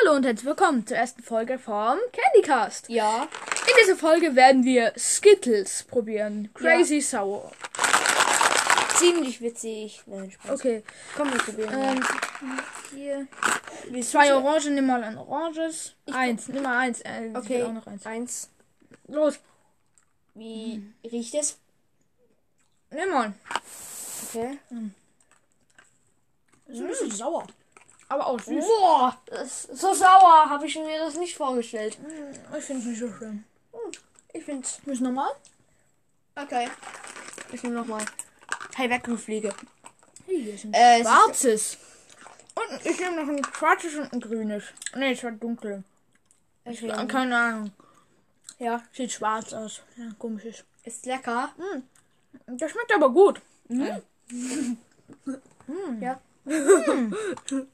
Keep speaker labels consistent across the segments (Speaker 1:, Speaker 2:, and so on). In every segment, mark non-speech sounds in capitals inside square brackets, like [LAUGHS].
Speaker 1: Hallo und herzlich willkommen zur ersten Folge vom Candycast.
Speaker 2: Ja.
Speaker 1: In dieser Folge werden wir Skittles probieren. Crazy Sour.
Speaker 2: Ziemlich witzig. Nein, Spaß.
Speaker 1: Okay.
Speaker 2: Komm, wir probieren.
Speaker 1: Ähm, hier.
Speaker 2: wir
Speaker 1: Zwei
Speaker 2: suchen-
Speaker 1: Orangen, nimm mal ein Oranges. eins, nimm mal eins. Äh, ich
Speaker 2: Okay.
Speaker 1: will auch noch eins.
Speaker 2: Eins.
Speaker 1: Los,
Speaker 2: Wie riecht es?
Speaker 1: nimm mal.
Speaker 2: Okay.
Speaker 1: Ist ein
Speaker 2: Hm.
Speaker 1: bisschen sauer. Aber auch süß.
Speaker 2: Boah, das ist so sauer habe ich mir das nicht vorgestellt.
Speaker 1: Oh. Ich finde es nicht so schlimm.
Speaker 2: Ich find's.
Speaker 1: Ist normal?
Speaker 2: Okay. Ich nehme nochmal. Hey, Weckenfliege.
Speaker 1: Äh,
Speaker 2: es
Speaker 1: Schwarzes. Und ich nehme noch ein schwarzes und ein grünes. Nee, es war dunkel.
Speaker 2: Ich
Speaker 1: Ah, Keine Ahnung.
Speaker 2: ja.
Speaker 1: Sieht schwarz aus. Ja, komisches.
Speaker 2: Ist lecker.
Speaker 1: Das schmeckt aber gut.
Speaker 2: Hm? Ja. Tja.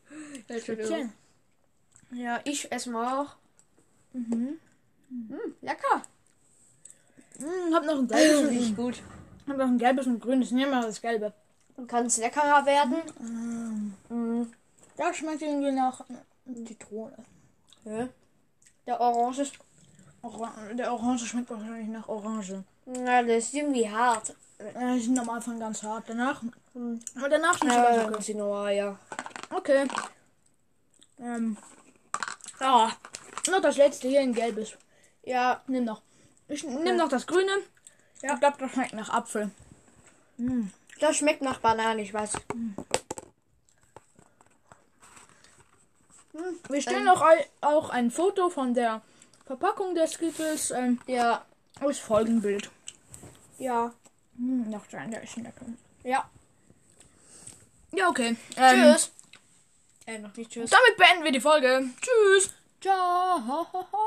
Speaker 2: Ja, ich esse mal auch. Mhm. lecker.
Speaker 1: Hm, hab noch ein gelbes und ich
Speaker 2: Riecht gut.
Speaker 1: hab noch ein gelbes und ein grünes. Nehmen wir das gelbe.
Speaker 2: Und kann es leckerer werden. Hm.
Speaker 1: Das schmeckt irgendwie nach Zitrone.
Speaker 2: Ja. Der Orange ist.
Speaker 1: Oran der Orange schmeckt wahrscheinlich nach Orange.
Speaker 2: Na, der ist irgendwie hart.
Speaker 1: Äh, die sind am Anfang ganz hart. Danach. Aber danach schmeckt es ganz okay.
Speaker 2: sie normal, ja.
Speaker 1: Okay. Ähm. Ah. Noch das letzte hier in gelbes.
Speaker 2: Ja,
Speaker 1: Nimm noch. Ich nimm noch das grüne. Ich glaube, das schmeckt nach Apfel.
Speaker 2: das schmeckt nach Banane, ich weiß.
Speaker 1: Wir stellen auch, all- auch ein Foto von der Verpackung der Skittles ähm,
Speaker 2: Ja,
Speaker 1: als Folgenbild.
Speaker 2: ja,
Speaker 1: Hm, noch ein, der ist lecker.
Speaker 2: ja.
Speaker 1: Ja, okay.
Speaker 2: Tschüss. Ähm, Äh, noch nicht tschüss.
Speaker 1: Damit beenden wir die Folge. Tschüss.
Speaker 2: Ciao. [LAUGHS]